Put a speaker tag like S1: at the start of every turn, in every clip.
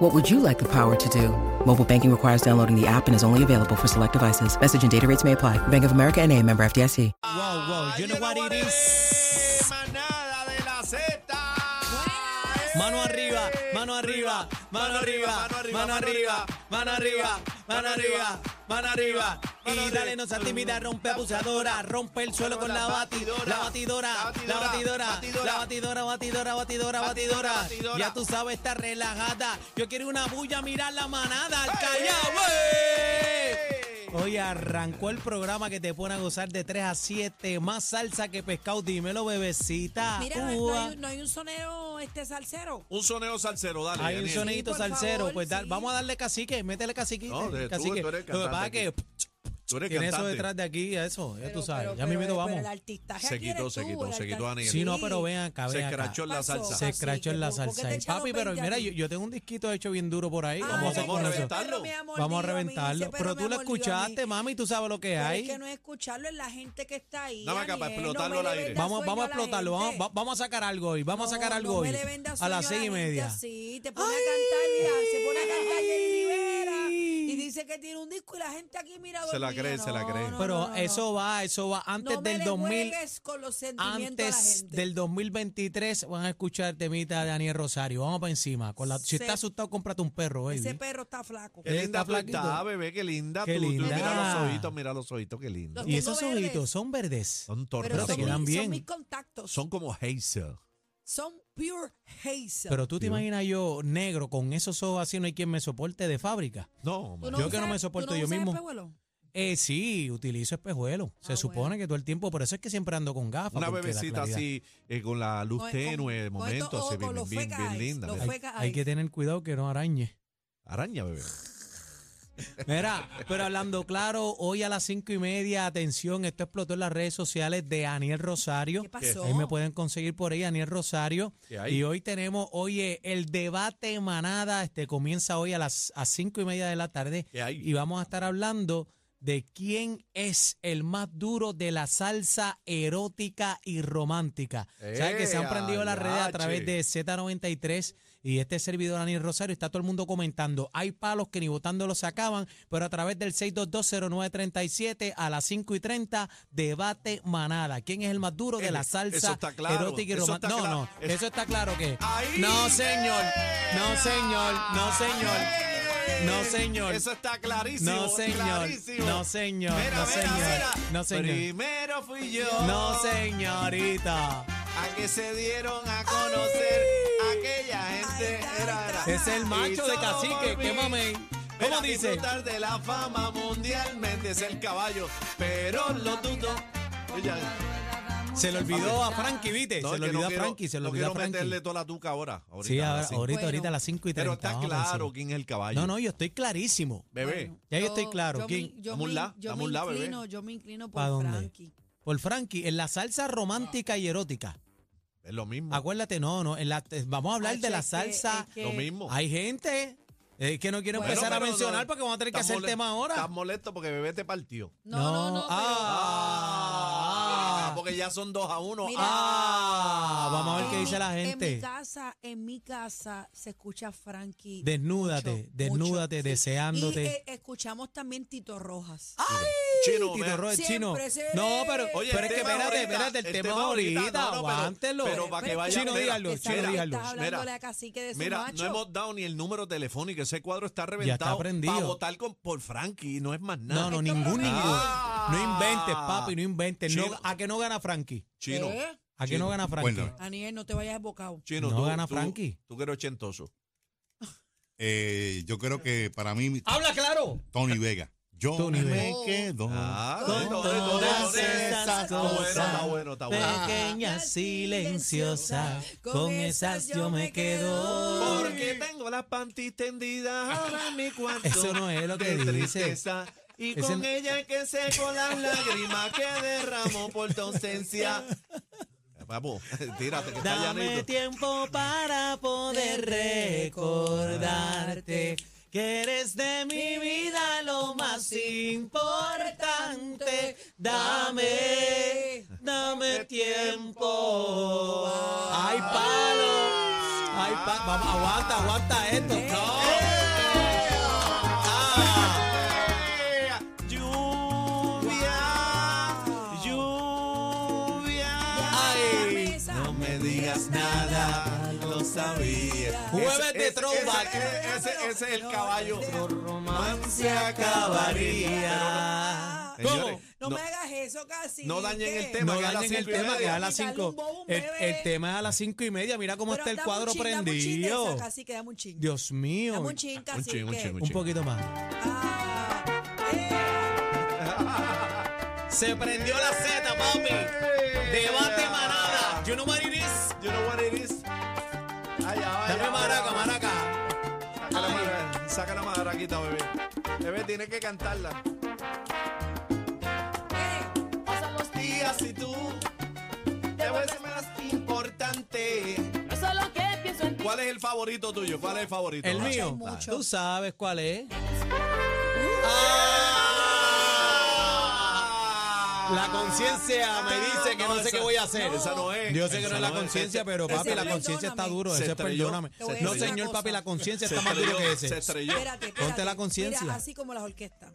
S1: What would you like the power to do? Mobile banking requires downloading the app and is only available for select devices. Message and data rates may apply. Bank of America and a member FDIC.
S2: Wow, wow, you know what it is.
S3: Manada de la Z.
S2: Mano arriba, mano arriba, mano arriba, mano arriba, mano arriba, mano arriba, mano arriba. Y dale, no seas tímida, rompe abusadora, rompe el suelo con la batidora, la batidora, la batidora, la batidora, batidora, batidora, batidora. Ya tú sabes, está relajada. Yo quiero una bulla, mirar la manada al Callao. ¡eh! Hoy arrancó el programa que te pone a gozar de 3 a 7, más salsa que pescado, dímelo bebecita.
S4: Mira, no, no
S2: Ua.
S4: hay, no hay un soneo este salsero.
S3: Un soneo salsero, dale.
S2: Hay un
S3: Daniel.
S2: sonidito
S4: Sí, por
S2: salsero.
S4: favor,
S2: pues da-
S4: sí.
S2: vamos a darle cacique, métele caciquito.
S3: No, de- tú-
S2: cacique.
S3: tú
S2: Lo
S3: eres
S2: que pasa es
S3: cantante
S2: que
S3: aquí. Tú eres
S2: tiene eso
S3: cantante.
S2: detrás de aquí, eso, ya
S4: Pero-
S2: tú sabes.
S4: pero-
S2: ya
S4: pero-
S2: mismito
S4: pero
S2: vamos.
S4: el artistaje
S3: Se
S4: aquí
S3: quitó,
S4: eres
S3: se
S4: tú,
S3: quitó,
S4: el
S3: se quitó
S4: artista-
S3: Daniel.
S2: Sí, no, pero ven acá,
S3: Se
S2: ven acá.
S3: escrachó en la
S4: Pasó,
S3: salsa.
S2: Se
S4: Cacique,
S2: escrachó en la
S4: ¿por- por qué
S2: salsa.
S4: te
S2: Y,
S4: echaron
S2: papi, pero
S4: 20
S2: mira,
S4: allí?
S2: yo, yo tengo un disquito hecho bien duro por ahí.
S4: Ay,
S2: vamos a
S3: vamos
S4: ay,
S3: a
S2: con eso.
S3: reventarlo.
S4: pero mi
S2: Vamos
S4: amor,
S2: a
S4: dígame,
S2: reventarlo.
S4: dice,
S2: Pero tú
S4: mi
S2: lo
S4: amor, dígame.
S2: escuchaste, mami, tú sabes lo que
S4: Pero
S2: hay.
S4: Es que no es escucharlo, es la gente que está ahí.
S3: Dame acá, para
S4: Daniel,
S3: explotarlo
S4: no me
S3: al
S4: le
S3: aire.
S4: vendas
S2: Vamos, vamos a
S4: sueño la
S2: explotarlo,
S4: gente.
S2: vamos, va- vamos a sacar algo hoy, vamos a sacar
S4: No,
S2: algo
S4: no
S2: hoy.
S4: me le vendas
S2: a las
S4: sueño
S2: seis y
S4: la gente
S2: media.
S4: así, te pone a cantar, mira, se pone a cantar Jerry Rivera y dice que tiene un disco y la gente aquí mira
S3: Se la
S4: dormida.
S3: cree, se la
S4: No,
S3: cree.
S4: no,
S2: Pero
S4: no, no.
S2: eso va, eso va. Antes
S4: No me
S2: del
S4: le
S2: 2000,
S4: juegues con los sentimientos a la
S2: antes
S4: gente.
S2: del 2023 van a escuchar temita de Daniel Rosario. Vamos para encima. Con la, si
S4: Se-
S2: estás asustado, cómprate un perro, baby.
S4: Ese perro está flaco.
S3: Qué linda tú
S2: flaquito.
S3: estás, bebé, qué linda.
S2: Qué
S3: tú, tú-
S2: linda.
S3: mira los ojitos, mira los ojitos, qué linda.
S4: Los
S2: y
S4: tengo
S2: esos
S4: verdes.
S2: ojitos son verdes.
S3: Son
S4: Pero
S3: tortas.
S2: se
S4: son, mis-
S2: quedan
S4: son
S2: bien.
S4: mis contactos.
S3: Son como hazel.
S4: Son pure hazel.
S2: Pero tú te
S3: Sí.
S2: imaginas yo negro con esos ojos así, no hay quien me soporte de fábrica.
S3: No,
S4: ¿Tú
S3: man.
S2: Yo que no me
S4: usas-
S2: soporto
S4: tú no
S2: yo
S4: usas
S2: mismo.
S4: espejuelo?
S2: Eh, sí, utilizo espejuelo. Se
S4: Ah,
S2: supone
S4: bueno.
S2: que todo el tiempo, por eso es que siempre ando con gafas.
S3: una
S2: porque la
S3: bebecita
S2: claridad-
S3: así, eh, con la luz
S4: Con- con-
S3: tenue, de
S4: con estos
S3: momento,
S4: ojos,
S3: se
S4: con
S3: bien,
S4: los
S3: bien,
S4: fake
S3: bien
S4: eyes,
S3: linda.
S4: los
S3: mira.
S2: Hay,
S4: Juega
S2: hay
S4: ahí.
S2: que tener cuidado que no arañe.
S3: Araña, bebé.
S2: Mira, pero hablando claro, hoy a las cinco y media, atención, esto explotó en las redes sociales de Aniel Rosario.
S4: ¿Qué pasó?
S2: Ahí me pueden conseguir por ahí, Daniel Rosario.
S3: ¿Qué hay?
S2: Y hoy tenemos, oye, el debate manada, este comienza hoy a las a cinco y media de la tarde.
S3: ¿Qué hay?
S2: Y vamos a estar hablando de quién es el más duro de la salsa erótica y romántica. ¿Sabes que se han
S3: ¡Eh,
S2: prendido las redes a
S3: alache!
S2: través de Z93 y este servidor Daniel Rosario? Está todo el mundo comentando. Hay palos que ni votando los sacaban, pero a través del 6220937 a las 5 y 30, debate manada. ¿Quién es el más duro de la
S3: Eh, Eso
S2: salsa
S3: está claro,
S2: erótica y
S3: eso está
S2: romántica? No,
S3: cla-
S2: no,
S3: es-
S2: eso está claro que.
S3: Ahí.
S2: No, señor. No, señor. No, señor.
S3: ¡Eh!
S2: No, señor.
S3: Eso está clarísimo.
S2: No, señor.
S3: clarísimo.
S2: No, señor.
S3: Mira,
S2: No,
S3: mira,
S2: señor.
S3: mira.
S2: No, señor.
S3: Primero fui yo.
S2: No, señorita.
S3: A que se dieron a conocer aquella gente.
S4: Ahí está,
S3: era,
S4: ahí está.
S3: era.
S2: Es el macho
S3: Y
S2: de
S3: solo
S2: cacique.
S3: por mí.
S2: ¿Qué mame?
S3: Ven
S2: ¿Cómo
S3: a
S2: dice?
S3: disfrutar de la fama mundialmente es el caballo, pero lo dudo. Ella-
S2: Se le olvidó a Frankie, ¿viste?
S3: No,
S2: se
S3: es
S2: le
S3: que no
S2: olvidó a
S3: quiero-
S2: Frankie, se le
S3: no
S2: olvidó a
S3: quiero meterle
S2: Frankie.
S3: toda la tuca ahora. Ahorita,
S2: Sí,
S3: a
S2: ahora-
S3: las cinco.
S2: ahorita,
S4: Bueno.
S2: ahorita a las 5 y 30.
S3: Pero está
S2: vamos para
S3: claro
S2: encima.
S3: quién es el caballo.
S2: No, no, yo estoy clarísimo.
S3: Bebé.
S2: Ya yo estoy claro.
S4: Yo,
S2: ¿Quién?
S4: me, yo,
S3: Dame un
S4: me-
S3: la,
S4: yo
S3: dame
S4: me
S3: un la, bebé.
S4: inclino, yo me inclino por
S2: ¿Pa dónde?
S4: Frankie.
S2: Por Frankie, en la salsa romántica y erótica.
S3: Es lo mismo.
S2: Acuérdate, no, no, en la- eh, vamos a hablar
S4: Ay,
S2: de la
S4: es que- es
S2: salsa.
S4: que-
S3: Lo mismo.
S2: Hay gente eh, que no quiere
S4: Bueno,
S2: empezar a
S3: pero no,
S2: mencionar porque vamos a tener que
S3: estás
S2: hacer el
S3: molesto-
S2: tema ahora.
S3: Estás molesto porque bebé te partió.
S4: No, no, no. pero-
S2: Ah,
S3: Ah, porque ya son dos a uno.
S4: Mira.
S2: ah, vamos a ver
S4: en
S2: qué
S4: mi-
S2: dice la
S4: En
S2: gente.
S4: mi casa, en mi casa se escucha Frankie.
S2: Desnúdate,
S4: mucho,
S2: desnúdate,
S4: mucho.
S2: deseándote.
S4: Y eh, escuchamos también Tito Rojas.
S3: Chino,
S2: Tito
S3: vea.
S2: Roy,
S4: Siempre
S2: chino.
S4: se
S2: No,
S4: ve.
S2: pero,
S3: Oye,
S2: pero
S3: el
S2: es que
S3: tema
S2: espérate,
S3: ahorita,
S2: espérate,
S3: este
S2: el, tema, ahorita,
S3: no, no, pero-
S2: aguántelo.
S3: pero para que vaya-
S2: Chino,
S3: mira,
S2: dígalo,
S4: Esa
S3: mira,
S2: chino,
S4: gente
S2: dígalo.
S4: Está
S3: Mira,
S4: hablándole a Cacique de su
S3: Mira,
S4: macho.
S3: no hemos dado ni el número telefónico. Ese cuadro está
S2: Ya está
S3: reventado.
S2: prendido.
S3: Para votar con, por Frankie. No es más nada.
S2: No, no,
S4: Esto
S2: ningún,
S4: promete.
S2: ningún. No inventes, papi, no inventes. No,
S3: Chino.
S2: ¿A que no gana Frankie?
S3: Chino,
S4: ¿Qué?
S2: ¿A que no gana Frankie?
S5: Cuéntame.
S4: Daniel, no te vayas embocado.
S3: chino,
S2: ¿Eh? No
S3: tú,
S2: gana
S3: tú-
S2: Frankie.
S3: Tú que eres ochentoso.
S5: Eh, yo creo que para mí,
S2: ¡Habla claro!
S5: Tony Vega. Yo
S2: Tony
S5: me
S2: Vega.
S5: quedo.
S3: Ah,
S2: Con
S3: no, no, no, no,
S2: todas
S3: no, no,
S2: esas
S3: no, está bueno,
S2: cosas
S3: Está bueno, está bueno. Ah.
S2: Pequeña silenciosa, con esas yo me quedo.
S3: Porque tengo las panties tendidas ahora en mi cuarto.
S2: Eso no es lo que
S3: de
S2: dice.
S3: tristeza Y
S2: Ese
S3: con
S2: no-
S3: ella que seco las lágrimas que derramó por tu ausencia. Eh, Papo, tírate que está
S2: Dame
S3: llanito.
S2: tiempo para poder recordarte que eres de mi vida lo más importante. Dame, dame tiempo. ¡Ay, palo! ¡Ay, pa- Vamos, aguanta, aguanta esto. ¡No! ¡Eh!
S3: Ah. Ea, Lluvia, lluvia.
S4: Ay,
S3: No me digas nada, lo sabía.
S2: Jueves de
S3: Ese- ese-
S2: throwback.
S3: Ese, ese- ese es el caballo.
S2: Se acabaría.
S3: Señores,
S4: No,
S3: no-
S4: me hagas eso casi.
S3: no dañen el tema.
S2: No
S3: que a las
S2: dañen el
S3: cinco y
S2: tema,
S3: media.
S2: que es a las
S4: Dale un
S2: 5.
S4: bobo, un
S2: El,
S4: bebé.
S2: el tema es a las 5 y media. Mira cómo está el cuadro prendido.
S4: Casi que dame un chin.
S2: Dios mío.
S4: Dame un
S2: Un
S4: chin, casi.
S3: chin, un chin, un chin.
S2: poquito más.
S4: Ah, eh,
S2: Se prendió la Z, papi. Debate manada. You know what it is?
S3: You know what it is. Ay, ay, ay,
S2: Dame
S3: ay,
S2: maraca,
S3: ay.
S2: maraca.
S3: Saca la mara- Saca la madaraquita, bebé. Bebé, tienes que cantarla.
S4: eh,
S3: Pasan los días y tú te vuelves más importante.
S6: No solo que pienso en ti.
S3: ¿Cuál es el favorito tuyo? ¿Cuál es el favorito? Ah.
S2: El
S3: Nacho?
S2: mío.
S4: mucho.
S2: Tú sabes cuál es.
S3: Ah.
S2: La conciencia me dice que Ah, no, sé
S3: esa-
S2: qué voy a hacer.
S3: Ah, no, Esa no es.
S2: Yo sé que
S3: Esa
S2: no es la
S3: ese-
S2: conciencia, pero
S3: ese-
S2: papi, la
S4: Perdóname.
S2: conciencia está duro.
S3: Se
S2: Eso es
S3: estrelló.
S2: perdóname.
S4: Te voy a
S2: No,
S4: decir una
S2: señor,
S4: cosa.
S2: papi, la conciencia
S3: Se
S2: está más duro
S3: estrelló,
S2: que
S3: se
S2: ese.
S3: estrelló.
S4: Espérate, espérate.
S2: Ponte la conciencia.
S4: Mira, así como las orquestas.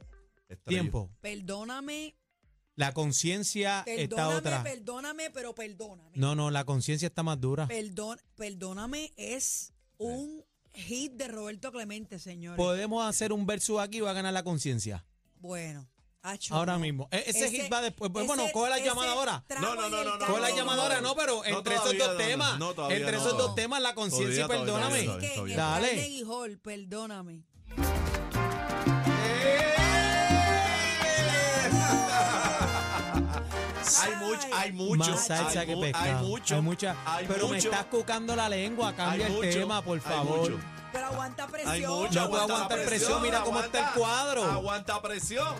S3: Estrelló.
S2: Tiempo.
S4: Perdóname,
S2: La conciencia está
S4: perdóname,
S2: otra.
S4: perdóname, pero perdóname.
S2: No, no, la conciencia está más dura.
S4: Perdón, perdóname es un hit de Roberto Clemente, señores.
S2: Podemos hacer un versus aquí y va a ganar la conciencia.
S4: bueno, acho,
S2: Ahora
S4: no.
S2: mismo. E- Ese, hit va después. Pues, bueno,
S4: ese-
S2: coge la
S4: ese
S2: llamada ahora.
S4: trago
S3: No, no, no,
S4: y el
S3: no, no.
S2: Coge la
S4: trago.
S2: llamada ahora, no, pero
S3: No,
S2: entre esos
S3: todavía
S2: dos
S3: no,
S2: temas.
S3: no, todavía
S2: Entre
S3: no.
S2: esos dos temas, la conciencia y
S3: Todavía, todavía,
S2: perdóname.
S3: todavía.
S4: Que- que
S2: Dale.
S4: Carne y Hall, perdóname.
S3: Hay mucho, hay mucho.
S2: Más salsa
S3: hay
S2: que
S3: mu-
S2: pescado.
S3: Hay mucho.
S2: Hay mucha,
S3: hay
S2: pero me
S3: mucho,
S2: estás cucando la lengua. Cambia
S3: hay mucho,
S2: el tema, por
S3: hay
S2: favor.
S3: mucho.
S4: Pero aguanta presión.
S3: Hay mucho.
S2: No puedo
S3: aguanta la
S2: aguantar presión, mira cómo está el cuadro.
S3: Aguanta presión.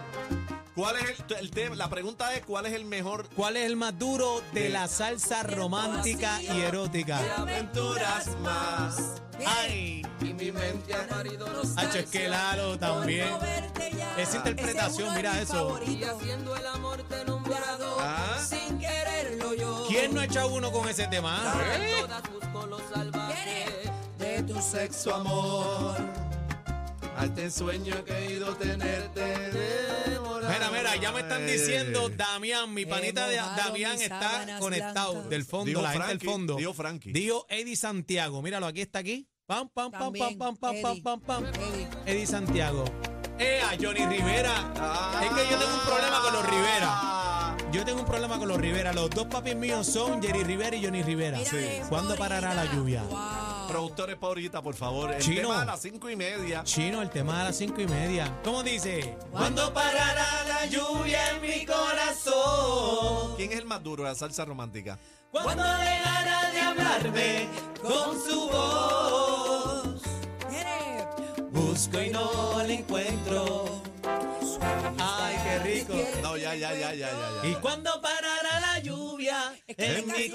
S3: ¿Cuál es el, el tema? La pregunta es, ¿cuál es el mejor
S2: ¿Cuál es el más duro de
S3: De-
S2: la salsa romántica y erótica?
S3: aventuras más? Ay,
S7: Y mi mente ha parido los
S2: Ah, che, es que Lalo también.
S4: Por no verte ya.
S2: Esa interpretación,
S4: Ese es uno de
S2: mira
S4: mis
S7: y
S2: eso.
S4: favoritos.
S7: haciendo el amor te he nombrado.
S3: Ah.
S4: Sin quererlo yo.
S2: ¿Quién no ha hecho uno con ese tema?
S7: En Todas busco los salvajes.
S4: De tu
S3: sexo amor. Este sueño he querido tenerte. enamorado.
S2: Mira, mira, ya me están diciendo Damián, mi panita de
S4: mojado
S2: Damián
S4: mis
S2: está
S4: sábanas
S2: conectado
S4: blancas.
S2: del fondo,
S3: Dijo
S2: la gente del
S3: Frankie,
S2: fondo.
S3: dijo Frankie.
S2: Dijo Eddie Santiago, míralo, aquí está aquí. Pam, pam, pam, pam,
S4: También,
S2: pam, pam, pam,
S4: Eddie.
S2: pam, pam.
S4: Eddie.
S2: Eddie Santiago. ¡Ea, "Eh, Johnny Rivera! Es que yo tengo un problema con los Rivera.
S3: Ah,
S2: Yo tengo un problema con los Rivera. Los dos papis míos son Jerry Rivera y Johnny Rivera.
S4: Mira eso,
S2: ¿Cuándo parará la
S4: Rita.
S2: lluvia?
S4: Wow.
S3: Productores pa' ahorita, por favor. El
S2: Chino.
S3: tema a las cinco y media.
S2: Chino, el tema de las cinco y media. ¿Cómo dice?
S4: ¿Cuándo
S2: parará la lluvia en mi corazón?
S3: ¿Quién es el más duro de la salsa romántica?
S2: Cuando dejará de hablarme con su voz.
S4: Mire,
S2: Busco y no la encuentro. Ay, qué rico.
S3: No, ya, ya, ya, ya, ya. ya.
S2: Y cuando parará la lluvia
S4: Es que
S2: en
S4: me
S2: mi
S4: casi-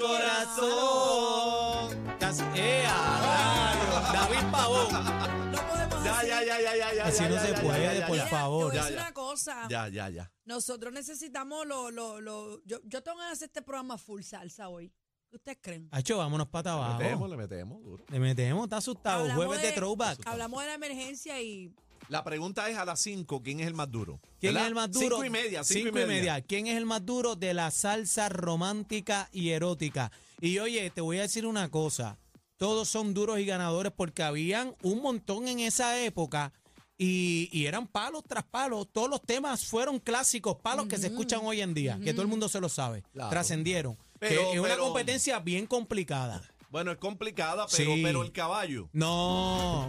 S2: corazón. Casi- ¡Ea! David Pavón.
S4: No podemos
S3: Ya,
S4: así.
S3: ya, ya, ya, ya, ya.
S2: Así
S3: ya,
S2: no
S3: ya,
S2: se
S3: ya,
S2: puede,
S3: ya, ya,
S2: por
S3: ya.
S4: Mira,
S2: favor.
S4: Te voy a
S3: Ya,
S4: decir
S3: ya.
S4: una cosa.
S3: Ya, ya, ya.
S4: Nosotros necesitamos lo, lo, lo. Yo, yo tengo que hacer este programa full salsa hoy. ¿Qué ustedes creen?
S2: Hacho, vámonos para
S3: Le metemos,
S2: abajo.
S3: le metemos duro.
S2: Le metemos, está asustado.
S4: Hablamos
S2: Jueves de throwback.
S4: Hablamos de la emergencia y
S3: La pregunta es a las 5, ¿quién es el más duro?
S2: ¿Quién
S3: ¿Verdad?
S2: es el más duro?
S3: Cinco y media, cinco,
S2: Cinco
S3: y media.
S2: ¿Quién es el más duro de la salsa romántica y erótica? Y oye, te voy a decir una cosa. Todos son duros y ganadores porque habían un montón en esa época y, y eran palos tras palos. Todos los temas fueron clásicos, palos que se escuchan hoy en día, que todo el mundo se lo sabe.
S3: Claro.
S2: Trascendieron. Que
S3: Pero-
S2: es una
S3: pero-
S2: competencia bien complicada.
S3: Bueno, es complicada, pero,
S2: Sí.
S3: pero el caballo.
S2: No.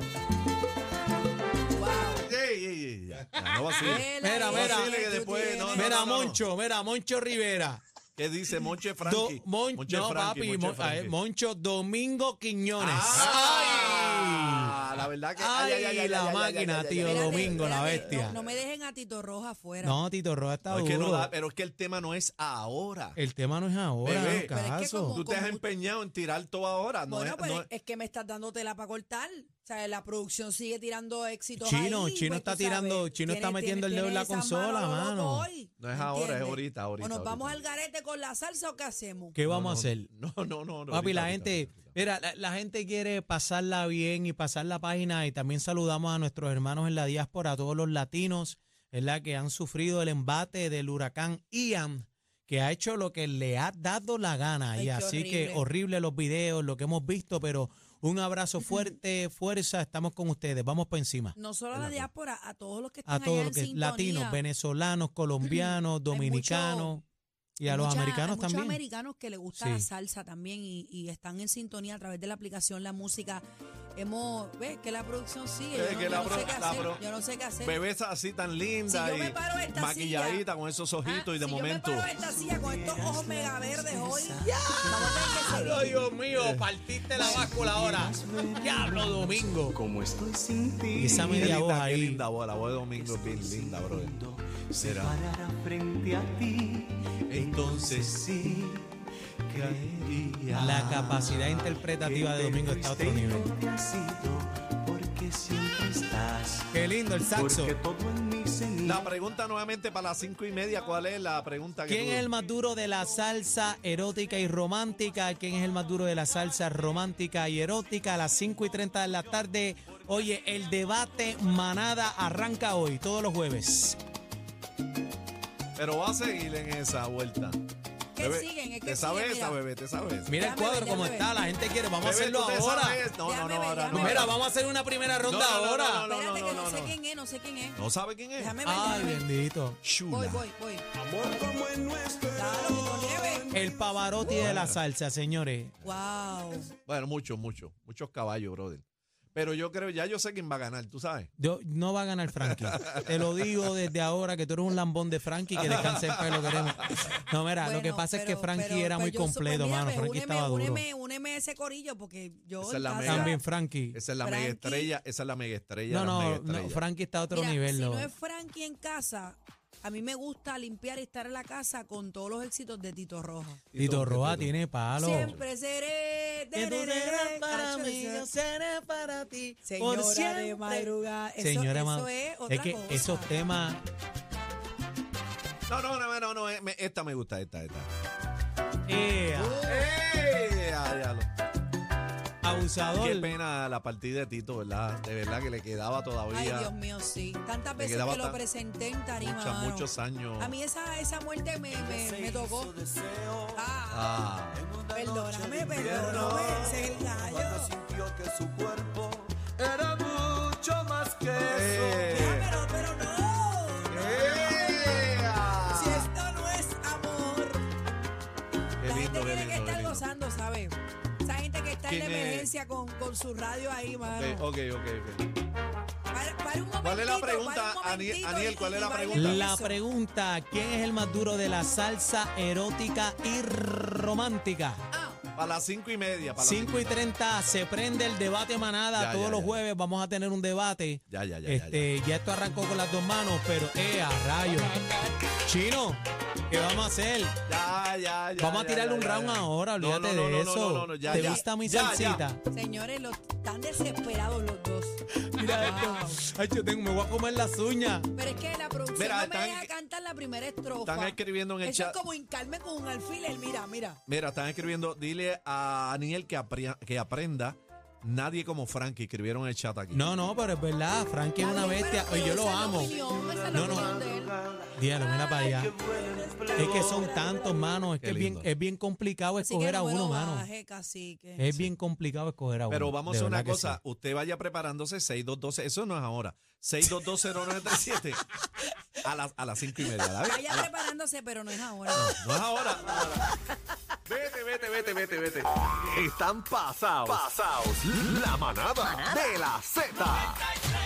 S3: Ey, ey, ey, ya. Ya, no vacile.
S4: Vela,
S2: Mira, mira.
S4: eh, que
S3: Vacile que
S4: tú
S3: después,
S4: tienes.
S3: no, no,
S2: Mira, Moncho, mira, Moncho Rivera.
S3: ¿Qué dice Monche
S2: Do-
S3: Frankie?
S2: Mon- eh,
S3: Monche
S2: no,
S3: Frankie, Ah.
S2: papi,
S3: Monche
S2: Mon- a ver,
S3: Frankie.
S2: Moncho Domingo Quiñones.
S3: Ah,
S2: ¡Ay!
S3: la verdad que.
S2: Ay, la máquina, tío,
S4: Espérate,
S2: Domingo, la
S4: espérate,
S2: bestia.
S4: No, no me dejen a Tito Roja afuera.
S2: No, Tito Roja está
S3: No, es que no
S2: duro.
S3: da, pero es que el tema no es ahora.
S2: El tema no es ahora,
S3: Bebé.
S2: no,
S3: Pero
S4: es que
S2: caso.
S4: como-
S3: Tú te has empeñado en tirar todo ahora. No
S4: bueno, pues,
S3: es,
S4: eh, pero
S3: no
S4: es- es que me estás dando tela para cortar. O sea, la producción sigue tirando éxitos
S2: Chino,
S4: ahí,
S2: Chino
S4: pues,
S2: está
S4: tú sabes,
S2: tirando- Chino está
S4: tienes-
S2: metiendo el
S4: tienes-
S2: dedo en la
S4: tienes esas
S2: consola,
S4: manos locas
S2: mano.
S4: hoy,
S3: No es ahora, es
S4: ¿entiendes?
S3: ahorita, ahorita,
S4: O nos
S3: ahorita.
S4: vamos al garete con la salsa o qué hacemos.
S2: ¿Qué
S3: No,
S2: vamos a
S3: no,
S2: hacer?
S3: No, no, no. no,
S2: Papi,
S3: ahorita,
S2: la
S3: ahorita,
S2: gente,
S3: ahorita.
S2: mira, la, la gente quiere pasarla bien y pasar la página y también saludamos a nuestros hermanos en la diáspora, a todos los latinos, ¿verdad? Que han sufrido el embate del huracán Ian, que ha hecho lo que le ha dado la gana.
S4: Ay,
S2: y
S4: qué
S2: así que
S4: horrible.
S2: horrible los videos, lo que hemos visto, pero un abrazo fuerte, fuerza, estamos con ustedes, vamos para encima.
S4: No solo a la diáspora, a todos los que están
S2: A todos los
S4: allá en
S2: que
S4: sintonía.
S2: latinos, venezolanos, colombianos,
S4: mucho-
S2: dominicanos y a
S4: Hay
S2: los
S4: mucha-
S2: americanos
S4: hay muchos
S2: también.
S4: americanos que les gusta la
S2: Sí.
S4: salsa también y, y están en sintonía a través de la aplicación, la música. Hemos, ves que la producción sigue.
S3: Ves
S4: Yo no,
S3: Eh, que
S4: yo
S3: la
S4: no sé
S3: pro-
S4: qué
S3: la
S4: hacer.
S3: pro-
S4: Yo no sé qué hacer.
S3: Bebés así tan linda
S4: Si yo me
S3: y
S4: paro de esta
S3: maquilladita
S4: silla,
S3: con esos ojitos
S4: Ah,
S3: y de
S4: si
S3: momento.
S4: Yo me paro esta silla con estos ojos mega verdes hoy.
S2: Diablo, Dios mío, partiste la báscula ahora. Diablo, domingo.
S8: Como estoy sin ti.
S2: Y esa
S3: Qué
S2: media voz
S3: linda, qué
S2: ahí.
S3: linda voz, la voz de Domingo es bien linda, brother.
S8: Se
S3: Mira.
S8: parará frente a ti.
S3: Entonces
S8: Sí, creería.
S2: La capacidad interpretativa de
S8: que te
S2: Domingo está a otro
S8: fuiste y
S2: nivel.
S8: no te has ido, Porque siempre estás.
S2: Qué lindo el saxo.
S8: Porque todo en mí se
S3: La pregunta nuevamente para las cinco y media, ¿cuál es la pregunta que
S2: ¿Quién
S3: tú-
S2: es el más duro de la salsa erótica y romántica? ¿Quién es el más duro de la salsa romántica y erótica? A las 5 y 30 de la tarde. Oye, el debate manada arranca hoy, todos los jueves.
S3: Pero va a seguir en esa vuelta.
S4: ¿Qué
S3: Bebé,
S4: siguen? Es que
S3: ¿Te sabes
S4: siguen,
S3: esa,
S4: mira.
S3: bebé? ¿Te sabes esa?
S2: Mira el
S4: Déjame
S2: cuadro
S4: ver,
S2: como
S4: déjame
S2: está.
S4: ver.
S2: La gente quiere. Vamos a
S3: Bebé,
S2: hacerlo
S3: ¿tú te
S2: ahora.
S3: sabes? No, no,
S4: Déjame
S3: no,
S4: ver,
S3: ahora no.
S4: déjame ver.
S2: Mira, vamos a hacer una primera ronda
S3: No, no,
S2: ahora.
S3: no, no, no,
S4: Espérate que no, sé
S3: no.
S4: quién es, no sé quién es.
S3: ¿No sabe quién es?
S4: Déjame ver,
S2: Ay,
S4: déjame ver.
S2: bendito.
S3: Shula.
S4: Voy, voy, voy.
S8: Amor como el nuestro.
S4: Claro, Tito Nieves.
S2: El Pavarotti de la salsa, señores.
S4: Wow.
S3: Bueno, muchos, muchos. Muchos caballos, brother. Pero yo creo, ya yo sé quién va a ganar, ¿tú sabes?
S2: Yo- no va a ganar Frankie. Te lo digo desde ahora que tú eres un lambón de Frankie, que descanse en paz, que lo queremos. No, mira, lo que
S4: Bueno,
S2: pasa es
S4: pero-
S2: que Frankie
S4: pero-
S2: era
S4: pues
S2: muy
S4: yo supo-
S2: completo,
S4: mira,
S2: mano.
S4: pues,
S2: Frankie
S4: úneme-
S2: estaba duro.
S4: Úneme, úneme ese corillo porque yo.
S3: Esa
S4: en
S3: es la
S4: casa-
S3: mega.
S2: También Frankie.
S3: Esa es la
S4: Frankie.
S3: mega estrella, esa es la mega estrella.
S2: No,
S3: la
S2: no,
S3: megaestrella.
S2: no, Frankie está a otro
S4: Mira,
S2: nivel.
S4: Si
S2: lo-
S4: no es Frankie en casa, a mí me gusta limpiar y estar en la casa con todos los éxitos de Tito Roja.
S2: Tito Roa tiene palo.
S4: Siempre seré.
S2: Que tú
S4: tereré,
S2: serás para
S4: cacho,
S2: mí,
S4: ese-
S2: yo seré para ti. por
S4: Señora de
S2: siempre.
S4: madrugada. Eso,
S2: Señora
S4: eso
S2: Madru-
S4: es otra
S2: es que
S4: cosa.
S2: esos temas.
S3: No, no, no, no, no, eh, me- esta me gusta, esta, esta.
S2: eh,
S3: ¡Eh! Ay, ya lo- Qué
S2: abusador.
S3: pena la partida de Tito, ¿verdad? De verdad que le quedaba todavía
S4: Ay, Dios mío, sí. Tantas
S3: Me
S4: veces
S3: quedaba
S4: que lo
S3: tan-
S4: presenté en tarima.
S3: muchos,
S4: mano.
S3: muchos años.
S4: A mí esa, esa muerte me, me, me tocó. Ah,
S3: Ah,
S4: perdóname, perdóname. ese Es el gallo.
S3: eh,
S4: Ya, Ah, pero, pero no.
S3: eh, ah.
S4: Si esto no es amor.
S3: Qué
S4: La gente
S3: lindo, qué
S4: tiene que
S3: lindo, qué
S4: estar
S3: lindo.
S4: gozando, ¿sabes? Esa gente que está en la
S3: ¿Quién es?
S4: emergencia con, con su radio ahí, mano.
S3: Ok, ok, ok. ok.
S4: Para, para un momentito,
S3: oh. ¿Cuál es la
S4: para un
S3: pregunta, Aniel-
S4: momentito
S3: Aniel,
S4: y-
S3: cuál es
S4: y
S3: la
S4: bailen
S3: pregunta?
S2: La
S4: eso.
S2: pregunta, ¿quién es el más duro de la salsa erótica y romántica?
S4: Ah,
S3: Para las cinco y media. Para las
S2: 5 y 30 se prende el debate manada.
S3: Ya,
S2: Todos
S3: ya,
S2: los
S3: ya.
S2: jueves vamos a tener un debate.
S3: Ya, ya, ya, ya,
S2: Este, ya, esto arrancó con las dos manos, pero eh, a rayo. Chino, ¿qué vamos a hacer?
S3: Ya, ya, ya.
S2: vamos a
S3: ya,
S2: tirarle
S3: ya,
S2: un
S3: ya,
S2: round
S3: ya.
S2: ahora,
S3: No, no,
S2: olvídate
S3: no,
S2: de
S3: no, no,
S2: eso.
S3: no, no, ya,
S2: ¿Te
S3: ya.
S2: gusta mi
S3: Ya, ya.
S2: salsita?
S4: señores, los, están desesperados los dos. Ah, Wow.
S2: Ay, yo tengo, me voy a comer las uñas.
S4: Pero es que la producción
S3: Mira,
S4: no
S3: están-
S4: me deja cantar la primera estrofa.
S3: están escribiendo en el
S4: Eso
S3: chat.
S4: es como hincarme con un alfiler, mira, mira.
S3: Mira, están escribiendo, dile a Aniel que, apria- que aprenda. Nadie como Frankie, escribieron en el chat aquí.
S2: No, no, pero es verdad, Frankie es una
S4: Está bien,
S2: bestia.
S4: pero-
S2: Oye, yo lo
S4: pero esa es la
S2: amo.
S4: opinión, esa es la
S2: No, no.
S4: opinión de él.
S2: Diablo, mira para allá. Es que son tantos, mano. Es
S3: Qué
S2: que es bien,
S3: lindo.
S2: es bien complicado
S4: Así que
S2: escoger a
S4: no eh. me
S2: uno,
S4: lo
S2: mano. Eh.
S4: baje, cacique.
S2: Es bien complicado escoger a uno.
S3: Pero vamos a
S2: de
S3: hacer una
S2: verdad que
S3: cosa. Usted vaya preparándose 6212. Eso no es ahora. 6220937. a las a las 5 y media. ¿la ves?
S4: Vaya preparándose, pero no es ahora.
S3: No es ahora.
S8: Vete, vete, vete, vete, vete. Están pasados. Pasados. La manada de la Z.